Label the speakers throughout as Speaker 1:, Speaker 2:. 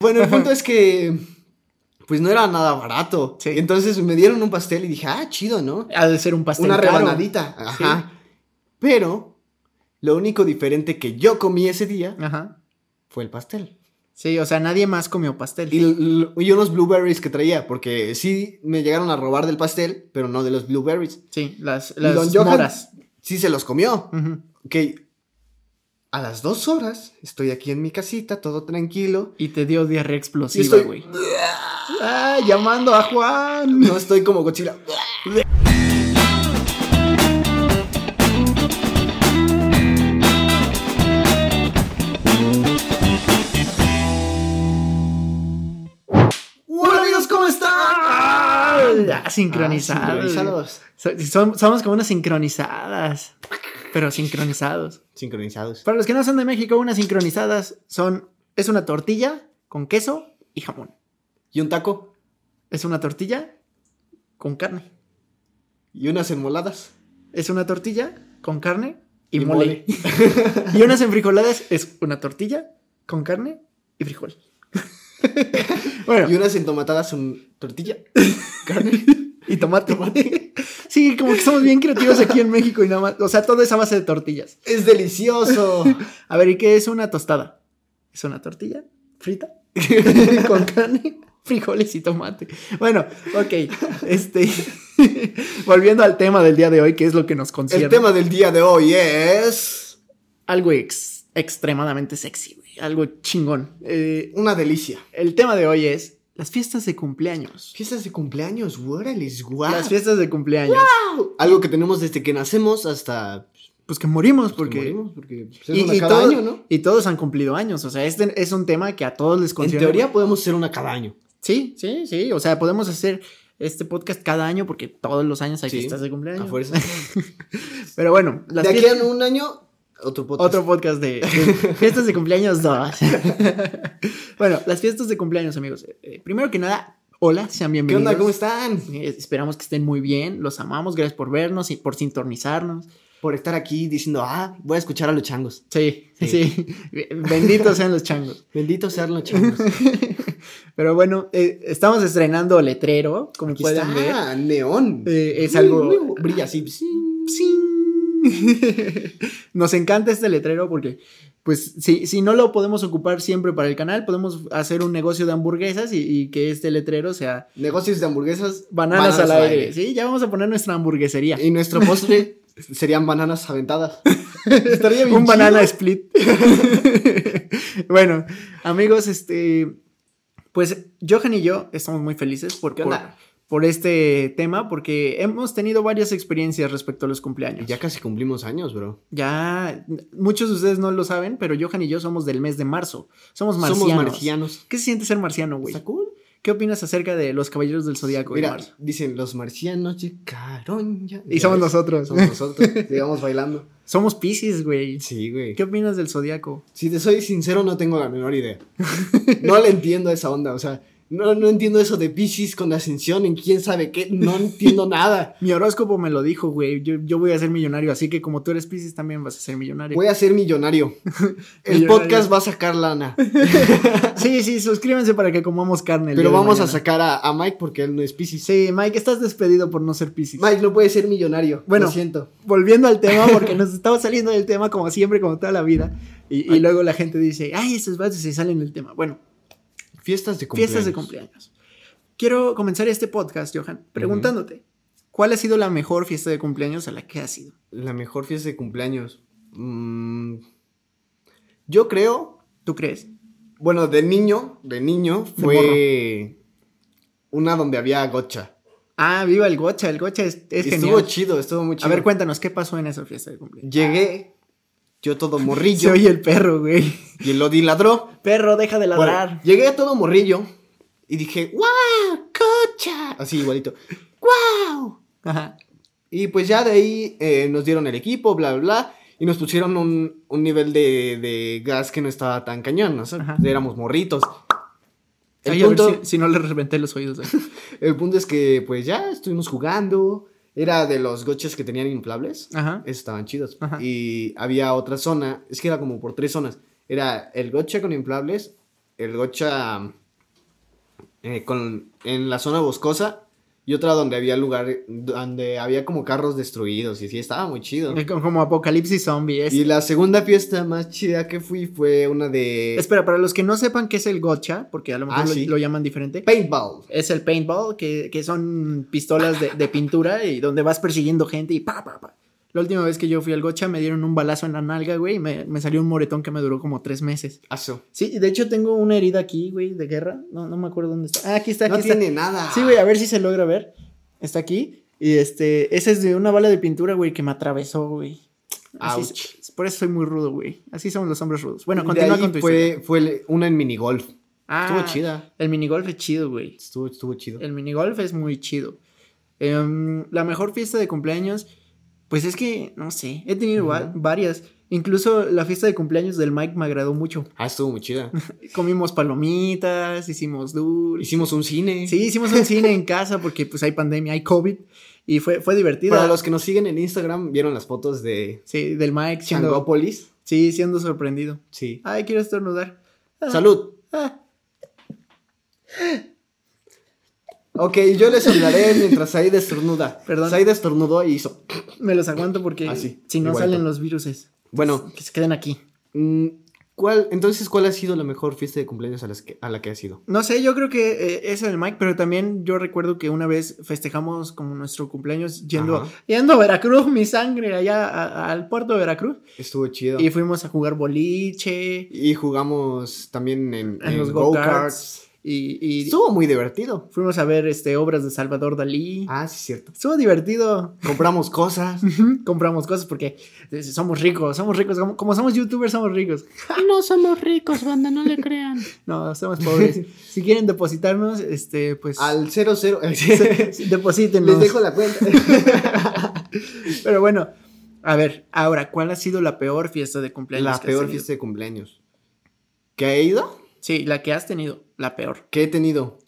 Speaker 1: Bueno, el punto es que pues no era nada barato.
Speaker 2: Sí.
Speaker 1: Entonces me dieron un pastel y dije, ah, chido, ¿no?
Speaker 2: Ha de ser un pastel
Speaker 1: Una
Speaker 2: caro.
Speaker 1: rebanadita. Ajá. Pero lo único diferente que yo comí ese día
Speaker 2: Ajá.
Speaker 1: fue el pastel.
Speaker 2: Sí, o sea, nadie más comió pastel.
Speaker 1: Y, l- y unos blueberries que traía, porque sí me llegaron a robar del pastel, pero no de los blueberries.
Speaker 2: Sí, las,
Speaker 1: Y
Speaker 2: las
Speaker 1: don Johan
Speaker 2: moras.
Speaker 1: Sí se los comió.
Speaker 2: Ujú.
Speaker 1: Ok. A las dos horas estoy aquí en mi casita, todo tranquilo.
Speaker 2: Y te dio diarrea
Speaker 1: Sí,
Speaker 2: explosiva,
Speaker 1: estoy.
Speaker 2: güey. Ah, llamando a Juan.
Speaker 1: No estoy como Godzilla. Hola amigos, ¿cómo están?
Speaker 2: Ah, sincronizado.
Speaker 1: sincronizados.
Speaker 2: So- son- somos como unas sincronizadas. Pero sincronizados.
Speaker 1: Sincronizados.
Speaker 2: Para los que no son de México, unas sincronizadas son. Es una tortilla con queso y jamón.
Speaker 1: Y un taco.
Speaker 2: Es una tortilla con carne.
Speaker 1: Y unas enmoladas.
Speaker 2: Es una tortilla con carne y,
Speaker 1: Y
Speaker 2: mole. y unas enfrijoladas es una tortilla con carne y frijol. bueno,
Speaker 1: Y unas entomatadas con tortilla. Carne.
Speaker 2: y tomate. sí, como que somos bien creativos aquí en México y nada más. O sea, todo es a base de tortillas.
Speaker 1: Es delicioso.
Speaker 2: A ver, ¿y qué es una tostada? Es una tortilla frita con carne, frijoles y tomate. Bueno, ok. Este, volviendo al tema del día de hoy, que es lo que nos concierne.
Speaker 1: El tema del día de hoy es
Speaker 2: algo ex- extremadamente sexy, güey, algo chingón. Eh,
Speaker 1: una delicia.
Speaker 2: el tema de hoy es las fiestas de cumpleaños.
Speaker 1: Fiestas de cumpleaños, órales, guau.
Speaker 2: Las fiestas de cumpleaños.
Speaker 1: Algo que tenemos desde que nacemos hasta
Speaker 2: Pues que morimos
Speaker 1: porque
Speaker 2: porque...
Speaker 1: morimos, porque pues, es
Speaker 2: Y,
Speaker 1: una
Speaker 2: y
Speaker 1: cada
Speaker 2: todo-
Speaker 1: año, ¿no?
Speaker 2: y todos han cumplido años, o sea, este es un tema que a todos les
Speaker 1: En
Speaker 2: concierne.
Speaker 1: teoría podemos ser una cada año.
Speaker 2: Sí, sí, sí, o sea, podemos hacer este podcast cada año porque todos los años hay
Speaker 1: Sí,
Speaker 2: fiestas de cumpleaños.
Speaker 1: A fuerza.
Speaker 2: Pero bueno, las
Speaker 1: de aquí
Speaker 2: fiestas-
Speaker 1: a un año, otro podcast.
Speaker 2: Otro podcast de, de fiestas de cumpleaños 2. bueno, las fiestas de cumpleaños, amigos. Eh, primero que nada, hola, sean
Speaker 1: ¿Qué
Speaker 2: bienvenidos.
Speaker 1: onda? ¿Cómo están?
Speaker 2: Eh, Esperamos que estén muy bien, los amamos, gracias por vernos y por sintonizarnos.
Speaker 1: Por estar aquí diciendo, ah, voy a escuchar a los changos.
Speaker 2: Sí, sí,
Speaker 1: Sí.
Speaker 2: benditos sean los changos.
Speaker 1: Bendito sean los changos.
Speaker 2: Pero bueno, eh, estamos estrenando letrero, como
Speaker 1: Aquí
Speaker 2: pueden
Speaker 1: está,
Speaker 2: ver.
Speaker 1: neón.
Speaker 2: Eh, es algo...
Speaker 1: Brilla así. psing.
Speaker 2: ¡Psing! Nos encanta este letrero porque, pues, si, si no lo podemos ocupar siempre para el canal, podemos hacer un negocio de hamburguesas y, y que este letrero sea
Speaker 1: Negocios de hamburguesas.
Speaker 2: bananas, al aire. Sí, ya vamos a poner nuestra hamburguesería.
Speaker 1: Y nuestro postre serían bananas aventadas. Estaría bien
Speaker 2: un
Speaker 1: chido.
Speaker 2: banana split. bueno, amigos, este. Pues Johan y yo estamos muy felices por,
Speaker 1: ¿Qué
Speaker 2: por,
Speaker 1: onda?
Speaker 2: por este tema, porque hemos tenido varias experiencias respecto a los
Speaker 1: Y
Speaker 2: cumpleaños.
Speaker 1: Ya casi cumplimos años, bro.
Speaker 2: Ya, muchos de ustedes no lo saben, pero Johan y yo somos del mes de marzo. Somos marcianos.
Speaker 1: Somos marcianos.
Speaker 2: ¿Qué se siente ser marciano, güey?
Speaker 1: ¿Está cool?
Speaker 2: ¿Qué opinas acerca de los caballeros del zodiaco en
Speaker 1: Mira,
Speaker 2: marzo?
Speaker 1: dicen los marcianos llegaron ya.
Speaker 2: Y
Speaker 1: Ya
Speaker 2: somos
Speaker 1: ves,
Speaker 2: nosotros.
Speaker 1: Somos nosotros. Llegamos bailando.
Speaker 2: Somos Pisces, güey.
Speaker 1: Sí, güey.
Speaker 2: ¿Qué opinas del zodiaco?
Speaker 1: Si te soy sincero, no tengo la menor idea. No le entiendo a esa onda. O sea, no, no entiendo eso de Pisces con ascensión en quién sabe qué. No entiendo nada.
Speaker 2: Mi horóscopo me lo dijo, güey. Yo, yo voy a ser millonario, así que como tú eres Pisces, también vas a ser millonario.
Speaker 1: Voy a ser millonario. El
Speaker 2: Millonario.
Speaker 1: podcast va a sacar lana.
Speaker 2: Sí, sí, suscríbanse para que comamos carne. el
Speaker 1: Pero
Speaker 2: día de
Speaker 1: vamos a
Speaker 2: mañana.
Speaker 1: sacar a, a Mike porque él no es Pisces.
Speaker 2: Sí, Mike, estás despedido por no ser Pisces.
Speaker 1: Mike no puede ser millonario.
Speaker 2: Bueno.
Speaker 1: Lo siento.
Speaker 2: Volviendo al tema, porque nos estamos saliendo del tema como siempre, como toda la vida. Y, y luego la gente dice, ay, estos vatos se salen del tema. Bueno,
Speaker 1: Fiestas de cumpleaños.
Speaker 2: fiestas de cumpleaños. Quiero comenzar este podcast, Johan, preguntándote, ¿cuál ha sido la mejor fiesta de cumpleaños a la que has ido?
Speaker 1: La mejor fiesta de cumpleaños. Mm, yo creo,
Speaker 2: ¿Tú crees?
Speaker 1: bueno, de niño, de niño fue una donde había gocha.
Speaker 2: Ah, viva el gocha, el gocha es, es
Speaker 1: Y estuvo
Speaker 2: genial.
Speaker 1: chido, estuvo muy chido.
Speaker 2: A ver, cuéntanos, ¿qué pasó en esa fiesta de cumpleaños?
Speaker 1: Llegué, yo todo
Speaker 2: Se
Speaker 1: morrillo,
Speaker 2: oye el perro, güey.
Speaker 1: y el Odi ladró.
Speaker 2: Perro, deja de
Speaker 1: Bueno,
Speaker 2: ladrar.
Speaker 1: llegué todo morrillo y dije, ¡guau! ¡Gocha! Así igualito. ¡Guau!
Speaker 2: Ajá.
Speaker 1: Y pues ya de ahí eh, nos dieron el equipo, bla, bla, bla. Y nos pusieron un, un nivel de, de gas que no estaba tan cañón, ¿no? O sea,
Speaker 2: Ajá.
Speaker 1: éramos morritos. El,
Speaker 2: Ay, a ver
Speaker 1: punto,
Speaker 2: si, si no le reventé los oídos. güey.
Speaker 1: el punto es que, pues ya estuvimos jugando. Era de los goches que tenían inflables.
Speaker 2: Ajá.
Speaker 1: Esos estaban chidos.
Speaker 2: Ajá.
Speaker 1: Y había otra zona, es que era como por tres zonas. Era el goche con inflables, el gocha eh, con, en la zona boscosa y otra donde había lugar, donde había como carros destruidos y sí, estaba muy chido.
Speaker 2: Es como- Como apocalipsis zombie. es-
Speaker 1: Y la segunda fiesta más chida que fui fue una de
Speaker 2: Espera, para los que no sepan qué es el gotcha, porque a lo mejor
Speaker 1: Eh, Ah,
Speaker 2: lo,
Speaker 1: sí.
Speaker 2: lo llaman diferente.
Speaker 1: paintball.
Speaker 2: Es el paintball, que, que son pistolas de, de pintura y donde vas persiguiendo gente y pa, pa, pa. La última vez que yo fui al gocha me dieron un balazo en la nalga, güey, y me, me salió un moretón que me duró como tres meses.
Speaker 1: Aso.
Speaker 2: Sí, y de hecho tengo una herida aquí, güey, de guerra. No, no me acuerdo dónde está. Ah, aquí está, aquí
Speaker 1: No
Speaker 2: está.
Speaker 1: tiene nada.
Speaker 2: Sí, güey, a ver si se logra ver. Está aquí. Y este, ese es de una bala de pintura, güey, que me atravesó, güey. Así es- Por eso soy muy rudo, güey. Así somos los hombres rudos. Bueno,
Speaker 1: De
Speaker 2: continúa
Speaker 1: ahí
Speaker 2: con tu historia.
Speaker 1: fue, fue el- una en minigolf.
Speaker 2: Ah,
Speaker 1: Estuvo chida.
Speaker 2: El minigolf es chido, güey.
Speaker 1: Estuvo, estuvo chido.
Speaker 2: El minigolf es muy chido. Em, la mejor fiesta de cumpleaños, pues es que, no sé, he tenido va- varias. Incluso la fiesta de cumpleaños del Mike me agradó mucho.
Speaker 1: Ah, estuvo muy chida.
Speaker 2: Comimos palomitas, hicimos dulces.
Speaker 1: Hicimos un cine.
Speaker 2: Sí, hicimos un cine en casa porque pues hay pandemia, hay COVID. Y fue, fue divertido.
Speaker 1: Para los que nos siguen en Instagram, vieron las fotos de
Speaker 2: Sí, del Mike siendo,
Speaker 1: Changópolis.
Speaker 2: sí, siendo sorprendido.
Speaker 1: Sí.
Speaker 2: Ay, quiero estornudar. Ah,
Speaker 1: Salud.
Speaker 2: ah.
Speaker 1: Ok, yo les hablaré mientras ahí estornuda.
Speaker 2: Perdón.
Speaker 1: Said estornudó y hizo.
Speaker 2: me los aguanto porque
Speaker 1: Así,
Speaker 2: si no
Speaker 1: Ah, igualito.
Speaker 2: salen los viruses.
Speaker 1: Bueno,
Speaker 2: Que se queden aquí.
Speaker 1: mm, ¿cuál, entonces, ¿cuál ha sido la mejor fiesta de cumpleaños a, las que, a la que has ido?
Speaker 2: No sé, yo creo que eh, es el Mike, pero también yo recuerdo que una vez festejamos como nuestro cumpleaños yendo,
Speaker 1: Ajá.
Speaker 2: yendo a Veracruz, mi sangre, allá a- al puerto de Veracruz.
Speaker 1: Estuvo chido.
Speaker 2: Y
Speaker 1: Y,
Speaker 2: fuimos a jugar boliche
Speaker 1: jugamos también en,
Speaker 2: En los
Speaker 1: go-karts.
Speaker 2: y, y
Speaker 1: Estuvo muy divertido.
Speaker 2: fuimos a ver este, obras de Salvador Dalí.
Speaker 1: Ah, sí, es cierto.
Speaker 2: Estuvo divertido.
Speaker 1: Compramos cosas.
Speaker 2: Ujú, Compramos cosas porque eh, somos ricos, somos ricos. Como, como somos youtubers, somos ricos.
Speaker 3: No somos ricos, banda, no le crean.
Speaker 2: No, somos pobres. si quieren depositarnos, este, pues...
Speaker 1: Al 00.
Speaker 2: Deposítenos.
Speaker 1: Les dejo la cuenta.
Speaker 2: Pero bueno, a ver, ahora, ¿cuál ha sido la peor fiesta de cumpleaños?
Speaker 1: la
Speaker 2: que has
Speaker 1: peor
Speaker 2: tenido?
Speaker 1: fiesta de cumpleaños. ¿Que he ido?
Speaker 2: Sí, la que has tenido, la peor.
Speaker 1: ¿Qué he tenido?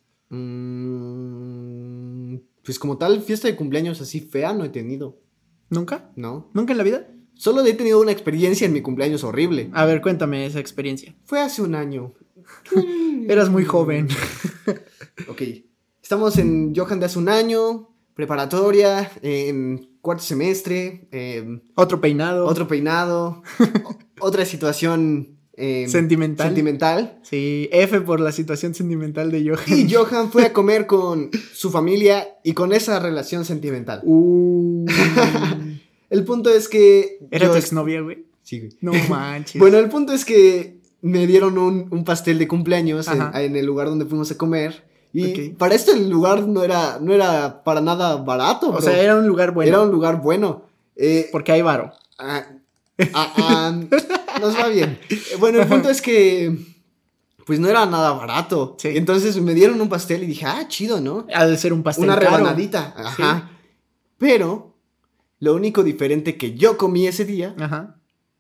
Speaker 1: Mm, pues como tal, fiesta de cumpleaños así fea no he tenido,
Speaker 2: ¿Nunca?
Speaker 1: ¿no?
Speaker 2: ¿Nunca en la vida?
Speaker 1: Solo he tenido una experiencia en mi cumpleaños horrible.
Speaker 2: A ver, cuéntame esa experiencia.
Speaker 1: Fue hace un año.
Speaker 2: Eras muy joven.
Speaker 1: Ok. Estamos en Johan de hace un año, preparatoria, en cuarto semestre, em,
Speaker 2: Otro peinado.
Speaker 1: otro peinado, o- otra situación em,
Speaker 2: Sentimental.
Speaker 1: sentimental.
Speaker 2: Sí, F por la situación sentimental de Johan.
Speaker 1: Y Johan fue a comer con su familia y con esa relación sentimental.
Speaker 2: Uh,
Speaker 1: El punto es que.
Speaker 2: Era
Speaker 1: yo-
Speaker 2: tu exnovia, güey.
Speaker 1: Sí, güey.
Speaker 2: No manches.
Speaker 1: Bueno, el punto es que me dieron un, un pastel de cumpleaños en,
Speaker 2: Ajá.
Speaker 1: en el lugar donde fuimos a comer. Y
Speaker 2: Ok.
Speaker 1: para esto el lugar no era, no era para nada barato.
Speaker 2: o
Speaker 1: bro.
Speaker 2: sea, era un lugar bueno.
Speaker 1: Era un lugar bueno. Eh,
Speaker 2: Porque hay varo.
Speaker 1: Ah, ah, ah, nos va bien. Eh, Bueno, el punto es que pues no era nada barato.
Speaker 2: Sí.
Speaker 1: Entonces me dieron un pastel y dije, ah, chido, ¿no?
Speaker 2: Ha de ser un pastel
Speaker 1: Una
Speaker 2: caro.
Speaker 1: rebanadita. Ajá. Pero lo único diferente que yo comí ese día
Speaker 2: Ajá.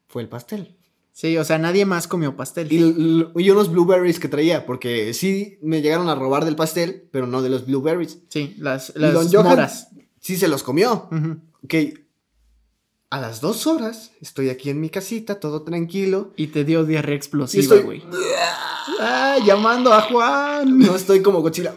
Speaker 1: fue el pastel.
Speaker 2: Sí, o sea, nadie más comió pastel.
Speaker 1: Y, l- y unos blueberries que traía, porque sí me llegaron a robar del pastel, pero no de los blueberries.
Speaker 2: Sí, las,
Speaker 1: Y don
Speaker 2: las
Speaker 1: Johan
Speaker 2: moras.
Speaker 1: sí se los comió.
Speaker 2: Ujú.
Speaker 1: Ok. A las dos horas estoy aquí en mi casita, todo tranquilo.
Speaker 2: Y te dio
Speaker 1: Y
Speaker 2: diarrea explosiva,
Speaker 1: estoy-
Speaker 2: güey. Ah, llamando a Juan.
Speaker 1: No estoy como Godzilla.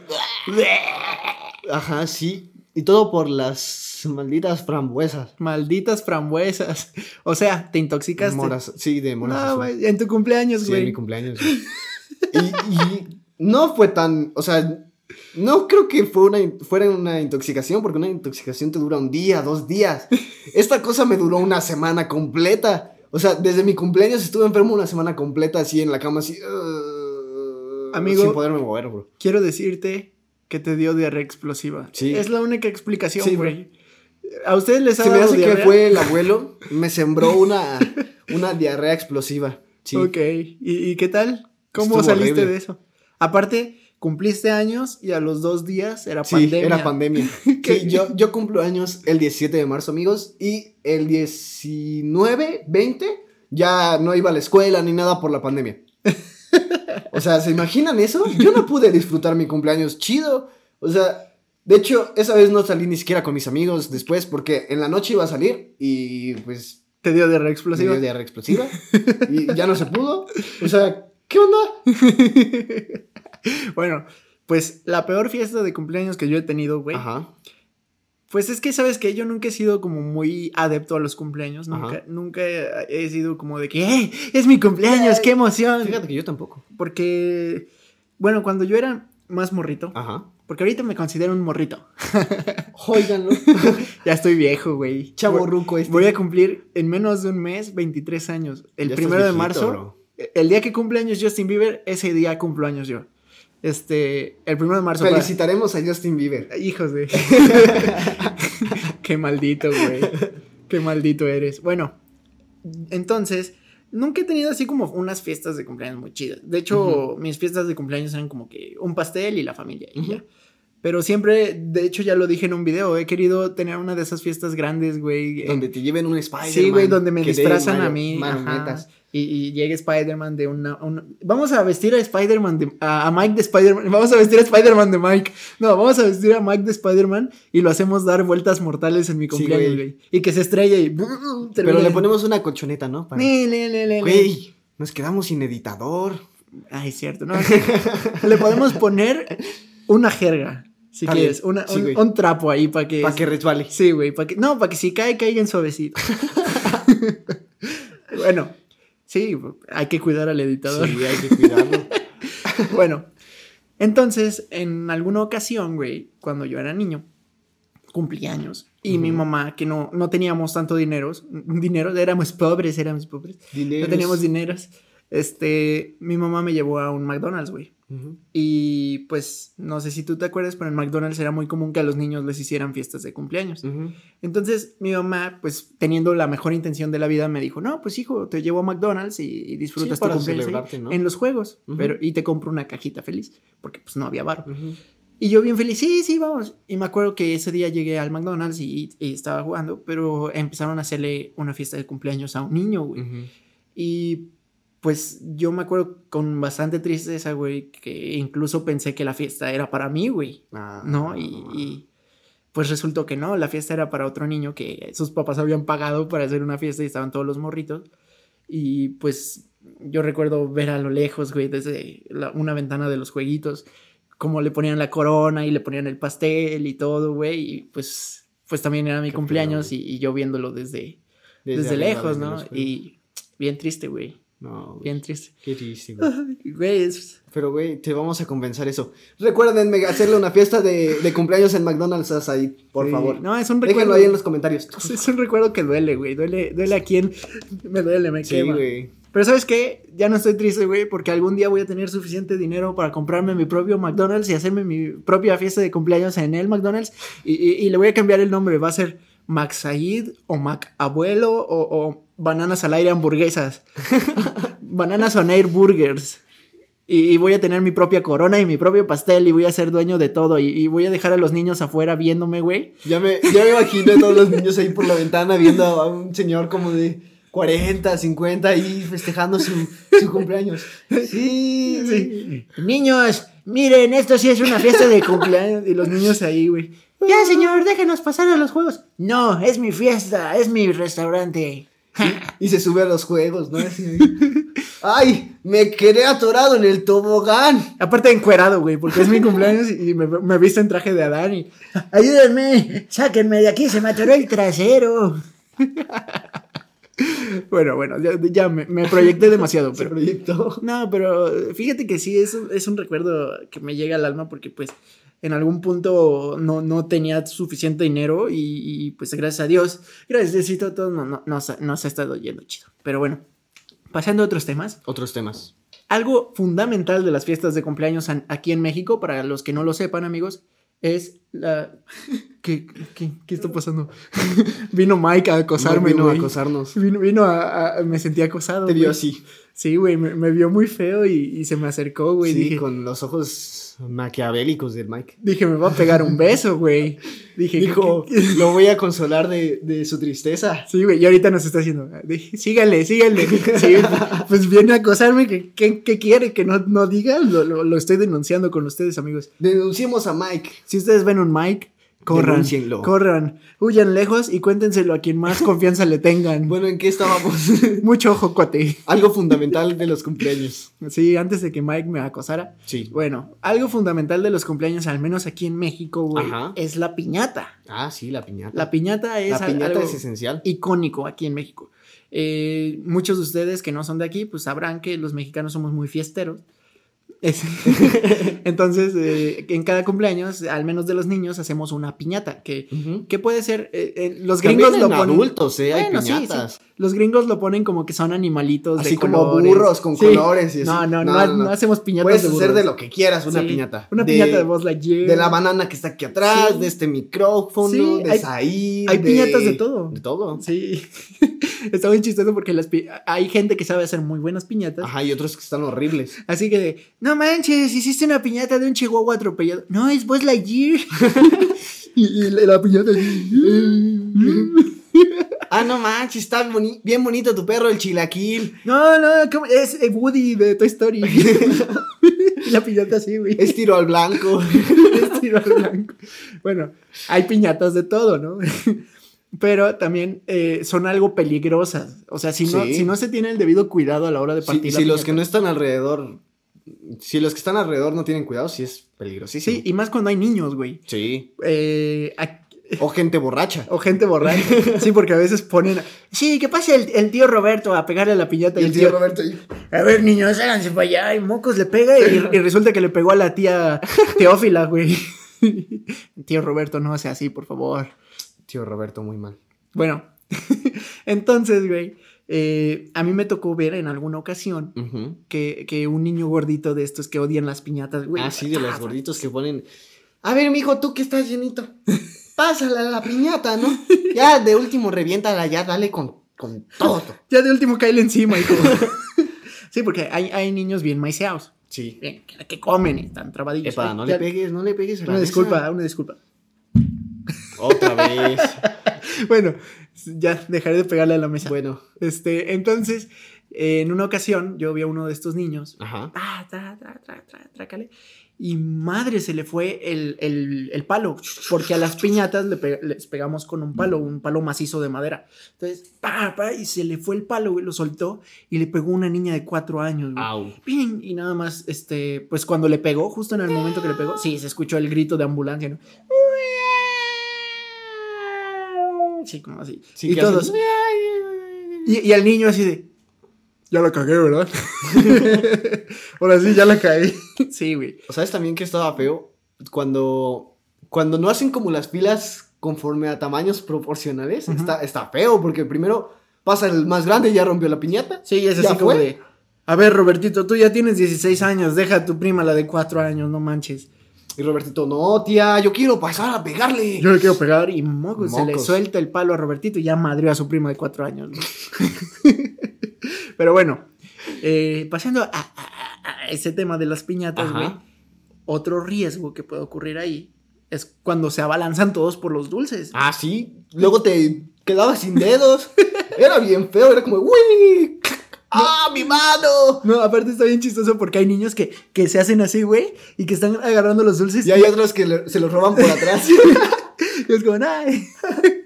Speaker 1: Ajá, sí. Y todo por las malditas frambuesas.
Speaker 2: Malditas frambuesas. O sea, te intoxicaste.
Speaker 1: Moras, sí, de moras.
Speaker 2: No,
Speaker 1: azules.
Speaker 2: güey, en tu cumpleaños,
Speaker 1: sí, en
Speaker 2: güey.
Speaker 1: mi cumpleaños. güey. y, y no fue tan, o sea, no creo que fue una, in- fuera una intoxicación, porque una intoxicación te dura un día, dos días. Esta cosa me duró una semana completa. O sea, desde mi cumpleaños estuve enfermo una semana completa, así en la cama, así. uh,
Speaker 2: Amigo.
Speaker 1: Sin poderme mover, bro.
Speaker 2: Quiero decirte que te dio diarrea explosiva.
Speaker 1: Sí.
Speaker 2: Es la única explicación,
Speaker 1: Sí,
Speaker 2: güey. A ustedes les ha
Speaker 1: Se me
Speaker 2: dado
Speaker 1: hace que
Speaker 2: diarrea?
Speaker 1: fue el abuelo, me sembró una, una diarrea explosiva. Sí.
Speaker 2: Ok. ¿Y, y qué tal? ¿Cómo
Speaker 1: Estuvo
Speaker 2: saliste
Speaker 1: horrible.
Speaker 2: de eso? Aparte, cumpliste años y a los dos días era
Speaker 1: Sí,
Speaker 2: pandemia.
Speaker 1: era pandemia. Sí, yo, yo cumplo años el 17 de marzo, amigos, y el 19, 20 ya no iba a la escuela ni nada por la pandemia. O sea, ¿se imaginan eso? Yo no pude disfrutar mi cumpleaños chido. O sea, de hecho, esa vez no salí ni siquiera con mis amigos después porque en la noche iba a salir y pues
Speaker 2: Te dio
Speaker 1: me
Speaker 2: diarrea
Speaker 1: dio
Speaker 2: explosiva.
Speaker 1: diarrea explosiva y ya no se pudo. O sea, ¿Qué onda?
Speaker 2: bueno, pues la peor fiesta de cumpleaños que yo he tenido, güey.
Speaker 1: Ajá.
Speaker 2: Pues es que, ¿sabes que Yo nunca he sido como muy adepto a los cumpleaños.
Speaker 1: Ajá.
Speaker 2: Nunca, nunca he sido como de que, ¡eh! ¡Es mi cumpleaños! ¡Qué emoción!
Speaker 1: Fíjate que yo tampoco.
Speaker 2: Porque, bueno, cuando yo era más morrito,
Speaker 1: Ajá.
Speaker 2: porque ahorita me considero un morrito.
Speaker 1: Óiganlo.
Speaker 2: Ya estoy viejo, güey.
Speaker 1: Chavo
Speaker 2: Voy-
Speaker 1: ruco este.
Speaker 2: Voy a cumplir en menos de un mes 23 años. El
Speaker 1: Ya estás
Speaker 2: primero de
Speaker 1: viejito,
Speaker 2: marzo.
Speaker 1: bro.
Speaker 2: El día que cumple años Justin Bieber, ese día cumplo años yo. Este, el primero de marzo. para-
Speaker 1: Felicitaremos a Justin Bieber.
Speaker 2: Hijos de. Qué maldito, güey. Qué maldito eres. Bueno, entonces, nunca he tenido así como unas fiestas de cumpleaños muy chidas. De hecho, mis fiestas de cumpleaños eran como que un pastel y la familia y ya. Pero siempre, de hecho, ya lo dije en un video, he querido tener una de esas fiestas grandes, güey. en-
Speaker 1: Donde te lleven un Spider-Man.
Speaker 2: Sí, güey, donde me
Speaker 1: que te
Speaker 2: disfrazan
Speaker 1: den
Speaker 2: a mí.
Speaker 1: mar-
Speaker 2: ajá,
Speaker 1: marionetas.
Speaker 2: Y, y llegue Spider-Man de una, un- Vamos a vestir a Spider-Man de- A, a Mike de Spider-Man. Vamos a vestir a Spider-Man de Mike. No, vamos a vestir a Mike de Spider-Man y lo hacemos dar vueltas mortales en mi cumpleaños,
Speaker 1: güey.
Speaker 2: güey. Y que se estrella y.
Speaker 1: Pero le ponemos una colchoneta, ¿no? Para-
Speaker 2: Le, le, le, le.
Speaker 1: Güey, nos quedamos sin editador.
Speaker 2: Ay, es cierto, ¿no? sí. le podemos poner una jerga, si
Speaker 1: Está
Speaker 2: quieres.
Speaker 1: bien,
Speaker 2: Una,
Speaker 1: sí,
Speaker 2: un,
Speaker 1: güey.
Speaker 2: un trapo ahí para que.
Speaker 1: Para que resbale.
Speaker 2: Sí, güey, para que. No, para que si cae, caiga en suavecito. bueno, sí, hay que cuidar al editador.
Speaker 1: Sí, hay que cuidarlo.
Speaker 2: Bueno, entonces, en alguna ocasión, güey, cuando yo era niño, cumpleaños, y mi
Speaker 1: Ujú.
Speaker 2: mamá, que no, no teníamos tanto dinero, dinero, éramos pobres, éramos pobres,
Speaker 1: Dinero.
Speaker 2: no teníamos dineros. Este, mi mamá me llevó a un McDonald's, güey.
Speaker 1: Ujú.
Speaker 2: Y pues, no sé si tú te acuerdas, pero en McDonald's era muy común que a los niños les hicieran fiestas de cumpleaños.
Speaker 1: Ujú.
Speaker 2: Entonces mi mamá, pues teniendo la mejor intención de la vida, me dijo, no, pues hijo, te llevo a McDonald's y, y disfrutas
Speaker 1: Sí, para
Speaker 2: tu cumpleaños ahí
Speaker 1: celebrarte, ¿no?
Speaker 2: en los juegos,
Speaker 1: Ujú.
Speaker 2: pero y te compro una cajita feliz, porque pues no había varo.
Speaker 1: Ujú.
Speaker 2: Y yo bien feliz, sí, sí, vamos. Y me acuerdo que ese día llegué al McDonald's y, y estaba jugando, pero empezaron a hacerle una fiesta de cumpleaños a un niño, güey.
Speaker 1: Ujú.
Speaker 2: Y pues yo me acuerdo con bastante tristeza, güey, que incluso pensé que la fiesta era para mí, güey.
Speaker 1: Ah,
Speaker 2: ¿no? Y, y, pues resultó que no, la fiesta era para otro niño que sus papás habían pagado para hacer una fiesta y estaban todos los morritos. Y pues yo recuerdo ver a lo lejos, güey, desde la- una ventana de los jueguitos, cómo le ponían la corona y le ponían el pastel y todo, güey. Y pues, pues también era mi
Speaker 1: Qué
Speaker 2: cumpleaños
Speaker 1: pedo,
Speaker 2: y, y yo viéndolo desde, desde,
Speaker 1: arriba
Speaker 2: lejos,
Speaker 1: de
Speaker 2: ¿no?
Speaker 1: los juegos.
Speaker 2: Y bien triste, güey.
Speaker 1: No, güey,
Speaker 2: Bien triste.
Speaker 1: qué triste, güey.
Speaker 2: Ay, Güey, es-
Speaker 1: Pero, güey, te vamos a compensar eso. Recuerden mega- hacerle una fiesta de, de cumpleaños en McDonald's a Said, por
Speaker 2: sí.
Speaker 1: favor.
Speaker 2: No, es un
Speaker 1: Déjenlo
Speaker 2: recuerdo.
Speaker 1: ahí en los comentarios.
Speaker 2: Pues Es un recuerdo que duele, güey. Duele, duele a quien me duele, me
Speaker 1: Sí,
Speaker 2: quema.
Speaker 1: güey.
Speaker 2: Pero ¿sabes qué? Ya no estoy triste, güey, porque algún día voy a tener suficiente dinero para comprarme mi propio McDonald's y hacerme mi propia fiesta de cumpleaños en el McDonald's. Y, y- y le voy a cambiar el nombre. Va a ser Mac Said o Mac Abuelo o, o Bananas al Aire Hamburguesas. Bananas on Air Burgers. Y, y voy a tener mi propia corona y mi propio pastel y voy a ser dueño de todo. Y, y voy a dejar a los niños afuera viéndome, güey.
Speaker 1: Ya me, ya me imagino a todos los niños ahí por la ventana viendo a un señor como de 40, 50 ahí festejando su, su cumpleaños. Sí,
Speaker 2: Sí. Niños, miren, esto sí es una fiesta de cumpleaños. Y los niños ahí, güey. Ya, señor, déjenos pasar a los juegos. No, es mi fiesta, es mi restaurante.
Speaker 1: Y se sube a los juegos, ¿no? Así ahí. ¡Ay! Me quedé atorado en el tobogán.
Speaker 2: Aparte, encuerado, güey, porque es mi cumpleaños y me, me viste en traje de Adán y. ¡Ayúdenme! ¡Sáquenme de aquí! ¡Se me atoró el trasero! bueno, bueno, ya, ya me, me proyecté demasiado,
Speaker 1: Se
Speaker 2: pero.
Speaker 1: proyectó.
Speaker 2: No, pero fíjate que sí, es, un- es un recuerdo que me llega al alma porque pues en algún punto no, no tenía suficiente dinero y, y, pues gracias a Dios, gracias a todos, no, no, nos ha- nos ha estado yendo chido. Pero bueno, pasando a otros temas,
Speaker 1: Otros temas.
Speaker 2: algo fundamental de las fiestas de cumpleaños an- aquí en México, para los que no lo sepan amigos, es la... ¿Qué, qué, qué está pasando? vino Mike a acosarme,
Speaker 1: Mike vino a
Speaker 2: güey.
Speaker 1: acosarnos.
Speaker 2: Vino, vino a, a- Me sentí acosado.
Speaker 1: Te vio
Speaker 2: güey.
Speaker 1: así.
Speaker 2: Sí, güey, me, me vio muy feo y, y se me acercó, güey.
Speaker 1: sí,
Speaker 2: dije,
Speaker 1: con los ojos maquiavélicos del Mike.
Speaker 2: dije, me va a pegar un beso, güey. Dije,
Speaker 1: Dijo,
Speaker 2: "¿Qué- qué-?"
Speaker 1: lo voy a consolar de, de su tristeza.
Speaker 2: Sí, güey, y ahorita nos está haciendo. Dije, sígale, sígale. Sí, pues viene a acosarme. ¿Qué, qué, qué quiere? Que no, no diga. Lo, lo- lo estoy denunciando con ustedes, amigos.
Speaker 1: Denunciemos a Mike.
Speaker 2: Si ustedes ven un Mike Corran,
Speaker 1: Denúncienlo.
Speaker 2: corran, huyan lejos y cuéntenselo a quien más confianza le tengan.
Speaker 1: Bueno, ¿en qué estábamos?
Speaker 2: Mucho ojo, cuate.
Speaker 1: Algo fundamental de los cumpleaños.
Speaker 2: Sí, antes de que Mike me acosara.
Speaker 1: Sí.
Speaker 2: Bueno, algo fundamental de los cumpleaños, al menos aquí en México, güey,
Speaker 1: Ajá.
Speaker 2: es la piñata.
Speaker 1: Ah, sí, la piñata.
Speaker 2: La piñata es
Speaker 1: La
Speaker 2: al-
Speaker 1: piñata
Speaker 2: algo
Speaker 1: es esencial.
Speaker 2: icónico aquí en México. Eh, muchos de ustedes que no son de aquí, pues sabrán que los mexicanos somos muy fiesteros. Es- Entonces, eh, en cada cumpleaños, al menos de los niños, hacemos una piñata, que,
Speaker 1: Ujú.
Speaker 2: que puede ser, eh, eh, los
Speaker 1: También
Speaker 2: gringos lo
Speaker 1: en
Speaker 2: ponen...
Speaker 1: adultos, ¿eh? Hay
Speaker 2: Bueno, sí, sí.
Speaker 1: piñatas.
Speaker 2: Los gringos lo ponen como que son animalitos de
Speaker 1: Así como
Speaker 2: colores.
Speaker 1: burros con
Speaker 2: Sí.
Speaker 1: colores y así.
Speaker 2: No, no, no,
Speaker 1: No, no,
Speaker 2: no
Speaker 1: no.
Speaker 2: hacemos piñatas
Speaker 1: Puedes
Speaker 2: de burros.
Speaker 1: hacer de lo que quieras una
Speaker 2: Sí,
Speaker 1: piñata.
Speaker 2: Una piñata de Buzz Lightyear.
Speaker 1: De la banana que está aquí atrás,
Speaker 2: Sí.
Speaker 1: de este micrófono,
Speaker 2: Sí,
Speaker 1: de
Speaker 2: hay-
Speaker 1: Saí.
Speaker 2: hay piñatas de todo.
Speaker 1: De todo.
Speaker 2: Sí. Está muy chistoso porque las pi- hay gente que sabe hacer muy buenas piñatas.
Speaker 1: Ajá, y otros que están horribles.
Speaker 2: Así que de, no manches, hiciste una piñata de un chihuahua atropellado. No, es Buzz Lightyear. y, y la la piñata así,
Speaker 1: Ah, no manches, está boni- bien bonito tu perro, el chilaquil.
Speaker 2: No, no, ¿cómo? es eh, Woody de Toy Story. Y la piñata así, güey.
Speaker 1: Es tiro al blanco.
Speaker 2: Es tiro al blanco. Bueno, hay piñatas de todo, ¿no? Pero también eh, son algo peligrosas. O sea, si no,
Speaker 1: Sí.
Speaker 2: si no se tiene el debido cuidado a la hora de
Speaker 1: Si,
Speaker 2: partir la
Speaker 1: si los que
Speaker 2: piñata.
Speaker 1: no están alrededor, si los que están alrededor no tienen cuidado, sí es peligrosísimo.
Speaker 2: Sí, y más cuando hay niños, güey.
Speaker 1: Sí.
Speaker 2: Eh, a-
Speaker 1: O gente borracha.
Speaker 2: o gente borracha. sí, porque a veces ponen. Sí, que pase el, el tío Roberto a pegarle a la piñata y, el tío.
Speaker 1: Roberto.
Speaker 2: A ver, niños, háganse para allá. Y Mocos le pega y, y resulta que le pegó a la tía Teófila, güey. tío Roberto, no sea así, por favor.
Speaker 1: Tío Roberto, muy mal.
Speaker 2: Bueno, entonces, güey, eh, a mí me tocó ver en alguna ocasión
Speaker 1: Ujú.
Speaker 2: que, que un niño gordito de estos que odian las piñatas, güey.
Speaker 1: Ah, sí, de los gorditos que ponen. A ver, mijo, tú que estás llenito. Pásala a la piñata, ¿no? Ya, de último, reviéntala ya, dale con, con todo.
Speaker 2: Ya de último cae encima, hijo. sí, porque hay, hay niños bien maiseados,
Speaker 1: Sí.
Speaker 2: bien, que, que comen y están trabadillos.
Speaker 1: Epa,
Speaker 2: Ay,
Speaker 1: no
Speaker 2: ya-
Speaker 1: le pegues, no le pegues a la
Speaker 2: Una
Speaker 1: mesa.
Speaker 2: disculpa, una disculpa.
Speaker 1: Otra vez.
Speaker 2: Bueno, ya dejaré de pegarle a la mesa.
Speaker 1: bueno,
Speaker 2: Este, entonces, eh, en una ocasión yo vi a uno de estos niños
Speaker 1: ajá.
Speaker 2: Ah, tra, tra, tra, tra, trácale. Y madre, se le fue el, el- el palo. Porque a las piñatas le pe- les pegamos con un palo, un palo macizo de madera. Entonces, pa, pa, y se le fue el palo, güey, lo soltó y le pegó una niña de cuatro años, güey.
Speaker 1: Au.
Speaker 2: Pin, Y nada más, este, pues cuando le pegó, justo en el momento que le pegó, sí, se escuchó el grito de ambulancia, ¿no? Sí, como así.
Speaker 1: Sí,
Speaker 2: y
Speaker 1: que hacen-
Speaker 2: todos. Y, y al niño así de. Ya la cagué, ¿verdad? Ahora sí, ya la caí. Sí, güey.
Speaker 1: ¿Sabes también que estaba feo? Cuando, cuando no hacen como las pilas conforme a tamaños proporcionales,
Speaker 2: Ujú.
Speaker 1: está, está feo, porque primero pasa el más grande y ya rompió la piñata.
Speaker 2: Sí, es
Speaker 1: ¿Ya
Speaker 2: así como
Speaker 1: fue?
Speaker 2: de. A ver, Robertito, tú ya tienes 16 años, deja a tu prima la de 4 años, no manches.
Speaker 1: Y Robertito, no, tía, yo quiero pasar a pegarle.
Speaker 2: Yo le quiero pegar y moco, se le
Speaker 1: Mocos.
Speaker 2: suelta el palo a Robertito y ya madrió a su prima de 4 años. ¿no? Pero bueno, eh, pasando a, a- a- a ese tema de las piñatas,
Speaker 1: Ajá.
Speaker 2: güey. Otro riesgo que puede ocurrir ahí es cuando se abalanzan todos por los dulces.
Speaker 1: Ah, sí. Luego te quedabas sin dedos. Era bien feo, era como, ¡Uy! ¡Ah, mi mano!
Speaker 2: No, aparte está bien chistoso porque hay niños que, que se hacen así, güey, y que están agarrando los dulces.
Speaker 1: Y hay otros que le- se los roban por atrás.
Speaker 2: y es como, ¡ay!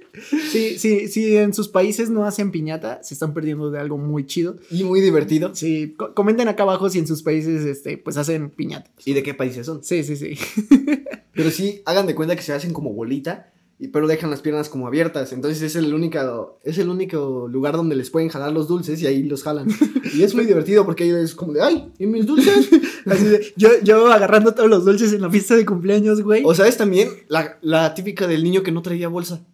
Speaker 2: sí, sí, sí, en sus países no hacen piñata, se están perdiendo de algo muy chido.
Speaker 1: y muy divertido.
Speaker 2: Sí, co- comenten acá abajo si en sus países, este, pues hacen piñata.
Speaker 1: ¿Y de qué países son?
Speaker 2: Sí, sí, sí.
Speaker 1: Pero sí, hagan de cuenta que se hacen como bolita, y, pero dejan las piernas como abiertas. Entonces es el, único, es el único lugar donde les pueden jalar los dulces y ahí los jalan. Y es muy divertido porque ahí es como de, ¡ay! ¿Y mis dulces?
Speaker 2: Así de, yo, yo agarrando todos los dulces en la fiesta de cumpleaños, güey.
Speaker 1: O sabes también la, la típica del niño que no traía bolsa.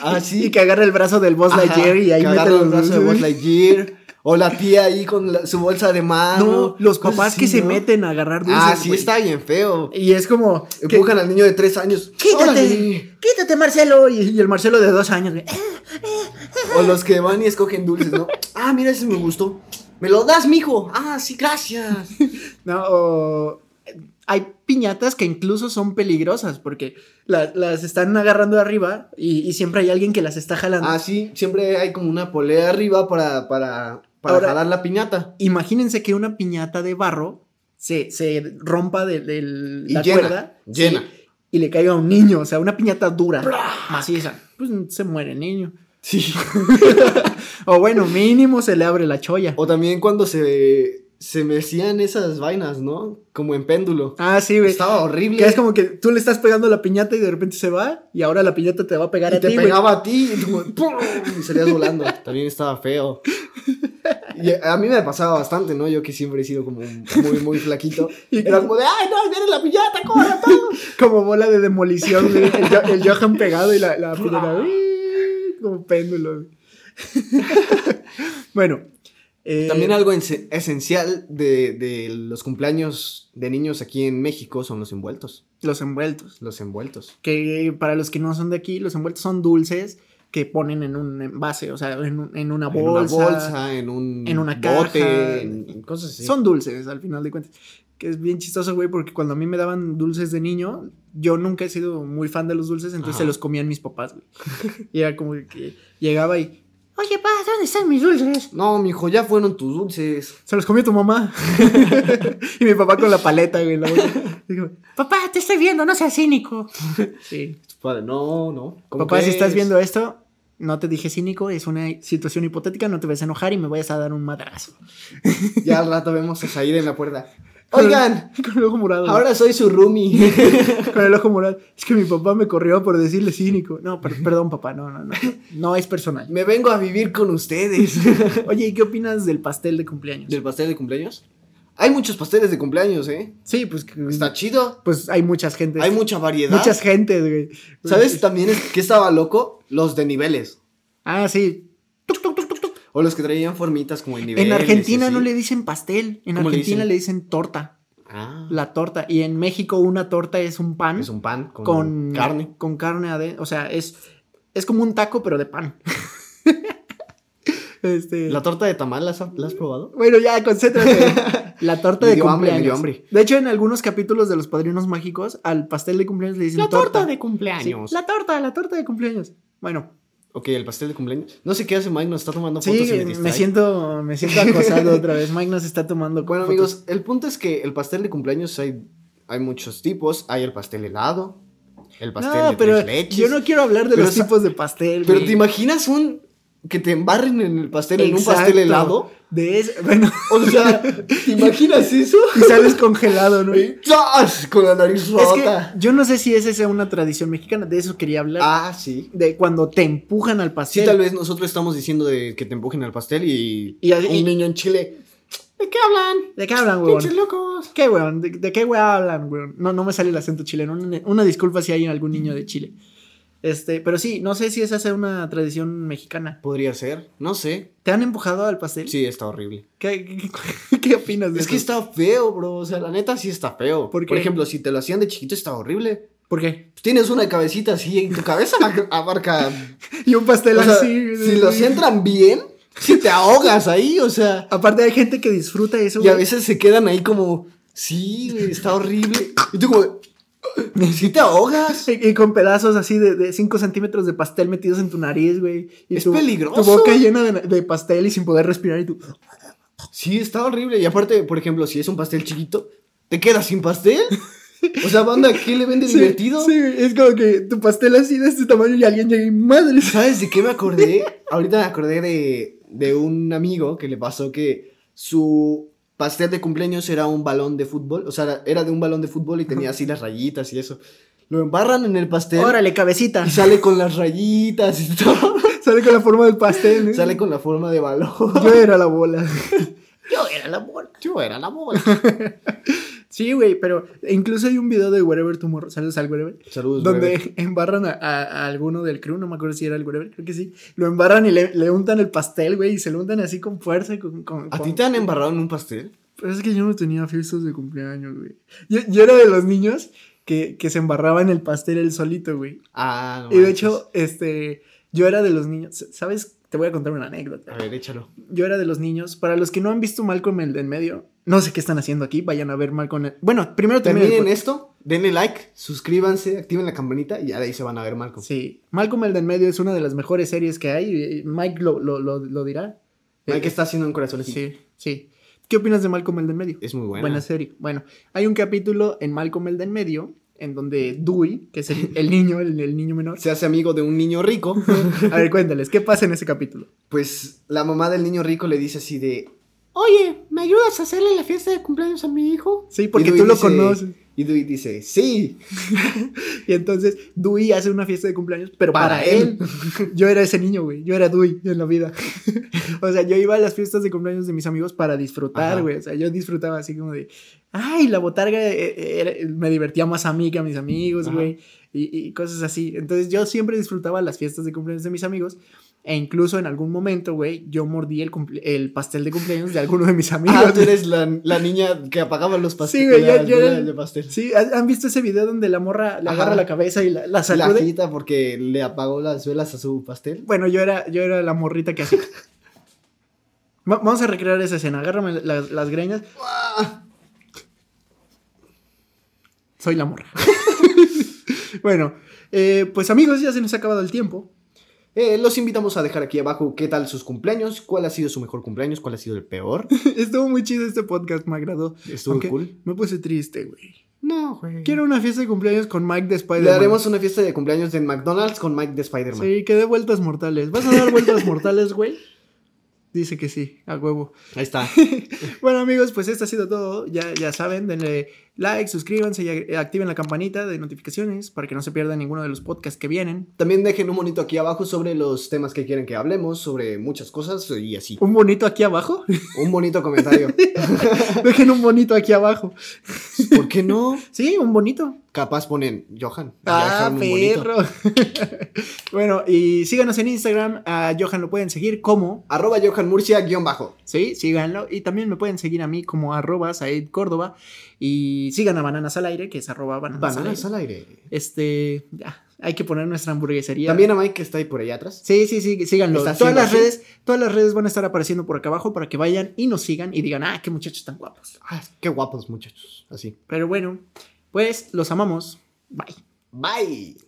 Speaker 1: Ah, sí.
Speaker 2: Y que agarra el brazo del Buzz
Speaker 1: Ajá,
Speaker 2: Lightyear y ahí
Speaker 1: que
Speaker 2: mete
Speaker 1: agarra
Speaker 2: los
Speaker 1: el brazo de
Speaker 2: dulces.
Speaker 1: Buzz Lightyear. O la tía ahí con la- su bolsa de mano.
Speaker 2: No, los
Speaker 1: cosas
Speaker 2: papás
Speaker 1: así,
Speaker 2: que se
Speaker 1: Ah, pues ¿no?
Speaker 2: meten a agarrar dulces.
Speaker 1: Ah, sí,
Speaker 2: güey.
Speaker 1: está bien feo.
Speaker 2: Y es como. que-
Speaker 1: Empujan al niño de tres años. ¡Órale!
Speaker 2: ¡Quítate! ¡Quítate, Marcelo! Y, y el Marcelo de dos años, güey.
Speaker 1: O los que van y escogen dulces, ¿no? Ah, mira, ese me gustó. ¿Me lo das, mijo? Ah, sí, gracias.
Speaker 2: No, o- Hay piñatas que incluso son peligrosas porque la- las están agarrando de arriba y, y siempre hay alguien que las está jalando.
Speaker 1: Ah, sí, siempre hay como una polea arriba para, para, para
Speaker 2: Ahora-
Speaker 1: jalar la piñata.
Speaker 2: Imagínense que una piñata de barro se, se rompa de, de
Speaker 1: Y
Speaker 2: la
Speaker 1: llena,
Speaker 2: cuerda.
Speaker 1: llena.
Speaker 2: sí, y le caiga a un niño, o sea, una piñata dura, maciza, pues se muere el niño.
Speaker 1: Sí.
Speaker 2: O bueno, mínimo se le abre la cholla.
Speaker 1: O también cuando se, se mecían esas vainas, ¿no? Como en péndulo.
Speaker 2: Ah, sí, güey.
Speaker 1: Estaba horrible.
Speaker 2: Que es como que tú le estás pegando la piñata y de repente se va y ahora la piñata te va a pegar
Speaker 1: Y
Speaker 2: a
Speaker 1: te
Speaker 2: ti. güey.
Speaker 1: pegaba a ti y, tú como, ¡pum! y salías volando. También estaba feo. Y a mí me pasaba bastante, ¿no? Yo que siempre he sido como muy, muy flaquito.
Speaker 2: Y
Speaker 1: Era
Speaker 2: que-
Speaker 1: como de, ¡ay, no! ¡Viene la pillata! ¡Corre todos!
Speaker 2: Como bola de demolición, güey. El, Jo- el Johan pegado y la, la piñata, ¡uy! como péndulo. güey. bueno. eh,
Speaker 1: También algo ense- esencial de, de los cumpleaños de niños aquí en México son los envueltos.
Speaker 2: los envueltos.
Speaker 1: Los envueltos.
Speaker 2: Que para los que no son de aquí, los envueltos son dulces que ponen en un envase, o sea, en, un- en una
Speaker 1: en una
Speaker 2: bolsa.
Speaker 1: bolsa, en un
Speaker 2: en una
Speaker 1: bote,
Speaker 2: caja.
Speaker 1: en, en cosas así.
Speaker 2: Son dulces, al final de cuentas. Que es bien chistoso, güey, porque cuando a mí me daban dulces de niño, yo nunca he sido muy fan de los dulces, entonces
Speaker 1: Ajá.
Speaker 2: se los comían mis papás, güey. y era como que llegaba y
Speaker 3: Oye, pa, ¿dónde están mis dulces?
Speaker 1: No, mijo, ya fueron tus dulces.
Speaker 2: se los comió tu mamá. y mi papá con la paleta, güey, en la boca. Digo,
Speaker 3: Papá, te estoy viendo, no seas cínico.
Speaker 2: sí.
Speaker 1: Tu padre, no, no. ¿cómo
Speaker 2: Papá, si
Speaker 1: crees?
Speaker 2: estás viendo esto, no te dije cínico, es una situación hipotética, no te vas a enojar y me vayas a dar un madrazo.
Speaker 1: Ya al rato vemos a Said en la puerta. Oigan,
Speaker 2: con el ojo morado. güey.
Speaker 1: ahora soy su roomie.
Speaker 2: Con el ojo morado. Es que mi papá me corrió por decirle cínico. No, per- perdón, papá, no, no, no. No es personal.
Speaker 1: Me vengo a vivir con ustedes.
Speaker 2: Oye, ¿y qué opinas del pastel de cumpleaños?
Speaker 1: ¿Del pastel de cumpleaños? Hay muchos pasteles de cumpleaños, ¿eh?
Speaker 2: Sí, pues, que-
Speaker 1: Está chido.
Speaker 2: pues hay muchas gentes.
Speaker 1: Hay mucha variedad.
Speaker 2: muchas gentes, güey.
Speaker 1: ¿Sabes también es que estaba loco? Los de niveles.
Speaker 2: Ah, sí. Tuc, tuc, tuc, tuc, tuc.
Speaker 1: O los que traían formitas como el nivel.
Speaker 2: En Argentina no le dicen pastel. En
Speaker 1: ¿Cómo le
Speaker 2: Argentina
Speaker 1: dicen?
Speaker 2: le dicen torta.
Speaker 1: Ah,
Speaker 2: La torta. Y en México una torta es un pan
Speaker 1: es un pan con,
Speaker 2: con
Speaker 1: carne.
Speaker 2: Con carne adentro. O sea, es, es como un taco, pero de pan. este.
Speaker 1: ¿La torta de tamal la has, la has probado?
Speaker 2: Bueno, ya, concéntrate. La torta
Speaker 1: Me
Speaker 2: de
Speaker 1: dio hambre,
Speaker 2: cumpleaños.
Speaker 1: me dio hambre.
Speaker 2: De hecho, en algunos capítulos de Los Padrinos Mágicos, al pastel de cumpleaños le dicen
Speaker 3: La torta de
Speaker 2: Sí,
Speaker 3: cumpleaños.
Speaker 2: La torta, la torta de cumpleaños. Bueno,
Speaker 1: Ok, el pastel de cumpleaños. No sé qué hace Mike, nos está tomando fotos
Speaker 2: sí,
Speaker 1: y me
Speaker 2: me
Speaker 1: distrae.
Speaker 2: siento, me siento acosado otra vez. Mike nos está tomando
Speaker 1: Bueno,
Speaker 2: fotos.
Speaker 1: amigos, el punto es que el pastel de cumpleaños hay, hay muchos tipos. Hay el pastel helado, el pastel
Speaker 2: No,
Speaker 1: de
Speaker 2: pero
Speaker 1: tres leches.
Speaker 2: yo no quiero hablar de
Speaker 1: Pero
Speaker 2: los
Speaker 1: sa-
Speaker 2: tipos de pastel.
Speaker 1: Pero
Speaker 2: güey.
Speaker 1: te imaginas un que te embarren en el pastel, en un
Speaker 2: Exacto.
Speaker 1: pastel helado.
Speaker 2: De ese, bueno,
Speaker 1: O sea, ¿te imaginas eso?
Speaker 2: y sales congelado, ¿no? Es
Speaker 1: ¡Zas! Con la nariz
Speaker 2: que
Speaker 1: rota.
Speaker 2: yo no sé si esa sea una tradición mexicana, de eso quería hablar.
Speaker 1: Ah, sí.
Speaker 2: De cuando te empujan al
Speaker 1: Sí,
Speaker 2: pastel.
Speaker 1: tal vez nosotros estamos diciendo de que te empujen al pastel y,
Speaker 2: Y-
Speaker 1: un
Speaker 2: y-
Speaker 1: niño en Chile.
Speaker 3: ¿De qué hablan?
Speaker 2: ¿De qué hablan, huevón?
Speaker 3: Pinches locos.
Speaker 2: ¿Qué, weón? ¿De, de qué weón hablan, weón? No, no me sale el acento chileno. Una, una disculpa si hay algún niño de Chile. Este, pero sí, no sé si esa sea una tradición mexicana.
Speaker 1: Podría ser, no sé.
Speaker 2: ¿Te han empujado al pastel?
Speaker 1: Sí, está horrible.
Speaker 2: ¿Qué, qué- qué opinas de
Speaker 1: Es que
Speaker 2: eso?
Speaker 1: está feo, bro. O sea, la neta sí está feo.
Speaker 2: ¿Por qué?
Speaker 1: Por ejemplo, si te lo hacían de chiquito, está horrible.
Speaker 2: ¿Por qué?
Speaker 1: Pues tienes una cabecita así y tu cabeza la- abarca.
Speaker 2: Y un
Speaker 1: O
Speaker 2: pastel
Speaker 1: sea,
Speaker 2: así.
Speaker 1: si los entran bien, si te ahogas ahí, o sea.
Speaker 2: Aparte hay gente que disfruta eso,
Speaker 1: Y a
Speaker 2: güey.
Speaker 1: veces se quedan ahí como, sí, güey, está horrible. Y tú como, "Ah, si te ahogas.
Speaker 2: Y, y con pedazos así de 5 centímetros de pastel metidos en tu nariz, güey. Y
Speaker 1: Es
Speaker 2: tu-
Speaker 1: peligroso.
Speaker 2: Tu boca llena de, de pastel y sin poder respirar y tú...
Speaker 1: Sí, está horrible. Y aparte, por ejemplo, si es un pastel chiquito, te quedas sin pastel. O sea, banda, ¿qué le vende divertido?
Speaker 2: Sí, sí, es como que tu pastel así de este tamaño y alguien llega y... ¡Madre!
Speaker 1: ¿Sabes de qué me acordé? Ahorita me acordé de, de un amigo que le pasó que su pastel de cumpleaños era un balón de fútbol. O sea, era- era de un balón de fútbol y tenía así las rayitas y eso. Lo embarran en el pastel
Speaker 2: Órale, cabecita.
Speaker 1: y sale con las rayitas y todo.
Speaker 2: Sale con la forma del pastel. ¿eh?
Speaker 1: Sale con la forma de balón.
Speaker 2: Yo era la bola.
Speaker 1: Yo era la bola. Yo era la bola.
Speaker 2: Sí, güey, pero incluso hay un video de Wherever Tomorrow. ¿Sabes al Wherever?
Speaker 1: Saludos,
Speaker 2: Donde
Speaker 1: bebé.
Speaker 2: embarran a, a- a alguno del crew, no me acuerdo si era el Wherever, creo que sí. Lo embarran y le, le untan el pastel, güey, y se lo untan así con fuerza. y Con, con-
Speaker 1: ¿A
Speaker 2: con-
Speaker 1: ti te han embarrado en un pastel?
Speaker 2: Pero es que yo no tenía fiestas de cumpleaños, güey. Yo, yo era de los niños que, que se embarraba en el pastel él solito, güey.
Speaker 1: Ah, no.
Speaker 2: Y de
Speaker 1: manches.
Speaker 2: hecho, este, yo era de los niños, ¿sabes? Te voy a contar una anécdota.
Speaker 1: A ver, échalo.
Speaker 2: yo era de los niños. Para los que no han visto Malcolm el de en medio, no sé qué están haciendo aquí, vayan a ver Malcolm el... Bueno, primero terminen
Speaker 1: Terminen
Speaker 2: el...
Speaker 1: esto, denle like, suscríbanse, activen la campanita y ya de ahí se van a ver Marco.
Speaker 2: Sí, Malcolm el de en medio es una de las mejores series que hay. y- y Mike lo, lo, lo, lo dirá.
Speaker 1: Mike
Speaker 2: Eh,
Speaker 1: está haciendo un corazón así.
Speaker 2: Sí, sí. ¿Qué opinas de Malcolm el de en medio?
Speaker 1: Es muy buena.
Speaker 2: Buena serie. Bueno, hay un capítulo en Malcolm el de en medio en donde Dewey, que es el, el niño, el, el niño menor.
Speaker 1: Se hace amigo de un niño rico.
Speaker 2: A ver, cuéntales, ¿qué pasa en ese capítulo?
Speaker 1: Pues la mamá del niño rico le dice así de.
Speaker 3: Oye, ¿me ayudas a hacerle la fiesta de cumpleaños a mi hijo?
Speaker 2: Sí, porque
Speaker 1: y Dewey
Speaker 2: tú lo
Speaker 1: dice-
Speaker 2: conoces.
Speaker 1: Y Dewey dice, sí.
Speaker 2: Y entonces Dewey hace una fiesta de cumpleaños, pero para,
Speaker 1: Para
Speaker 2: él. Yo era ese niño, güey. Yo era Dewey en la vida. o sea, yo iba a las fiestas de cumpleaños de mis amigos para disfrutar,
Speaker 1: Ajá.
Speaker 2: güey. O sea, yo disfrutaba así como de, ay, la botarga eh, era- me divertía más a mí que a mis amigos,
Speaker 1: Ajá.
Speaker 2: güey. Y, y cosas así. Entonces yo siempre disfrutaba las fiestas de cumpleaños de mis amigos. E incluso en algún momento, güey, yo mordí el, cumple- el pastel de cumpleaños de alguno de mis amigos.
Speaker 1: Ah, tú
Speaker 2: güey.
Speaker 1: eres la, la niña que apagaba los
Speaker 2: Sí,
Speaker 1: pasteles.
Speaker 2: güey, yo- yo era el-
Speaker 1: de pastel.
Speaker 2: Sí, ¿han han visto ese video donde la morra le
Speaker 1: Ajá.
Speaker 2: agarra la cabeza y la, la
Speaker 1: La
Speaker 2: sacude?
Speaker 1: agita porque le apagó las velas a su pastel.
Speaker 2: Bueno, yo era, yo era la morrita que hacía. Va- Vamos a recrear esa escena. Agárrame la- las greñas.
Speaker 1: Ah.
Speaker 2: Soy la morra. bueno, eh, pues amigos, ya se nos ha acabado el tiempo.
Speaker 1: Eh, los invitamos a dejar aquí abajo qué tal sus cumpleaños, cuál ha sido su mejor cumpleaños, cuál ha sido el peor.
Speaker 2: Estuvo muy chido este podcast, me agradó.
Speaker 1: Estuvo
Speaker 2: Aunque
Speaker 1: cool.
Speaker 2: Me puse triste, güey.
Speaker 3: No, güey.
Speaker 2: Quiero una fiesta de cumpleaños con Mike de Spider-Man.
Speaker 1: Le haremos una fiesta de cumpleaños en McDonald's con Mike de Spider-Man.
Speaker 2: Sí, que dé vueltas mortales. ¿Vas a dar vueltas mortales, güey? Dice que sí, a huevo.
Speaker 1: Ahí está.
Speaker 2: Bueno amigos, pues esto ha sido todo. Ya, ya saben, denle like, suscríbanse y ag- activen la campanita de notificaciones para que no se pierdan ninguno de los podcasts que vienen.
Speaker 1: También dejen un monito aquí abajo sobre los temas que quieren que hablemos, sobre muchas cosas y así.
Speaker 2: Un bonito aquí abajo.
Speaker 1: Un bonito comentario.
Speaker 2: Dejen un bonito aquí abajo.
Speaker 1: ¿Por qué no?
Speaker 2: Sí, un bonito.
Speaker 1: Capaz ponen Johan. y
Speaker 2: Ah,
Speaker 1: dejan un bonito.
Speaker 2: perro. bueno, y síganos en Instagram. A Johan lo pueden seguir como.
Speaker 1: Arroba Johan Murcia guión bajo.
Speaker 2: Sí, síganlo. Y también me pueden seguir a mí como arroba Said Córdoba. Y sigan a Bananas al Aire, que es arroba Bananas, al
Speaker 1: Bananas
Speaker 2: Aire.
Speaker 1: al aire.
Speaker 2: Este, ya, hay que poner nuestra hamburguesería.
Speaker 1: También a Mike que está ahí por allá atrás.
Speaker 2: Sí, sí, sí, síganlo.
Speaker 1: ¿Está
Speaker 2: Todas
Speaker 1: haciendo
Speaker 2: las
Speaker 1: así?
Speaker 2: redes, todas las redes van a estar apareciendo por acá abajo para que vayan y nos sigan y digan, ah, qué muchachos tan guapos.
Speaker 1: Ah, qué guapos muchachos. Así.
Speaker 2: Pero bueno, pues los amamos. Bye.
Speaker 1: Bye.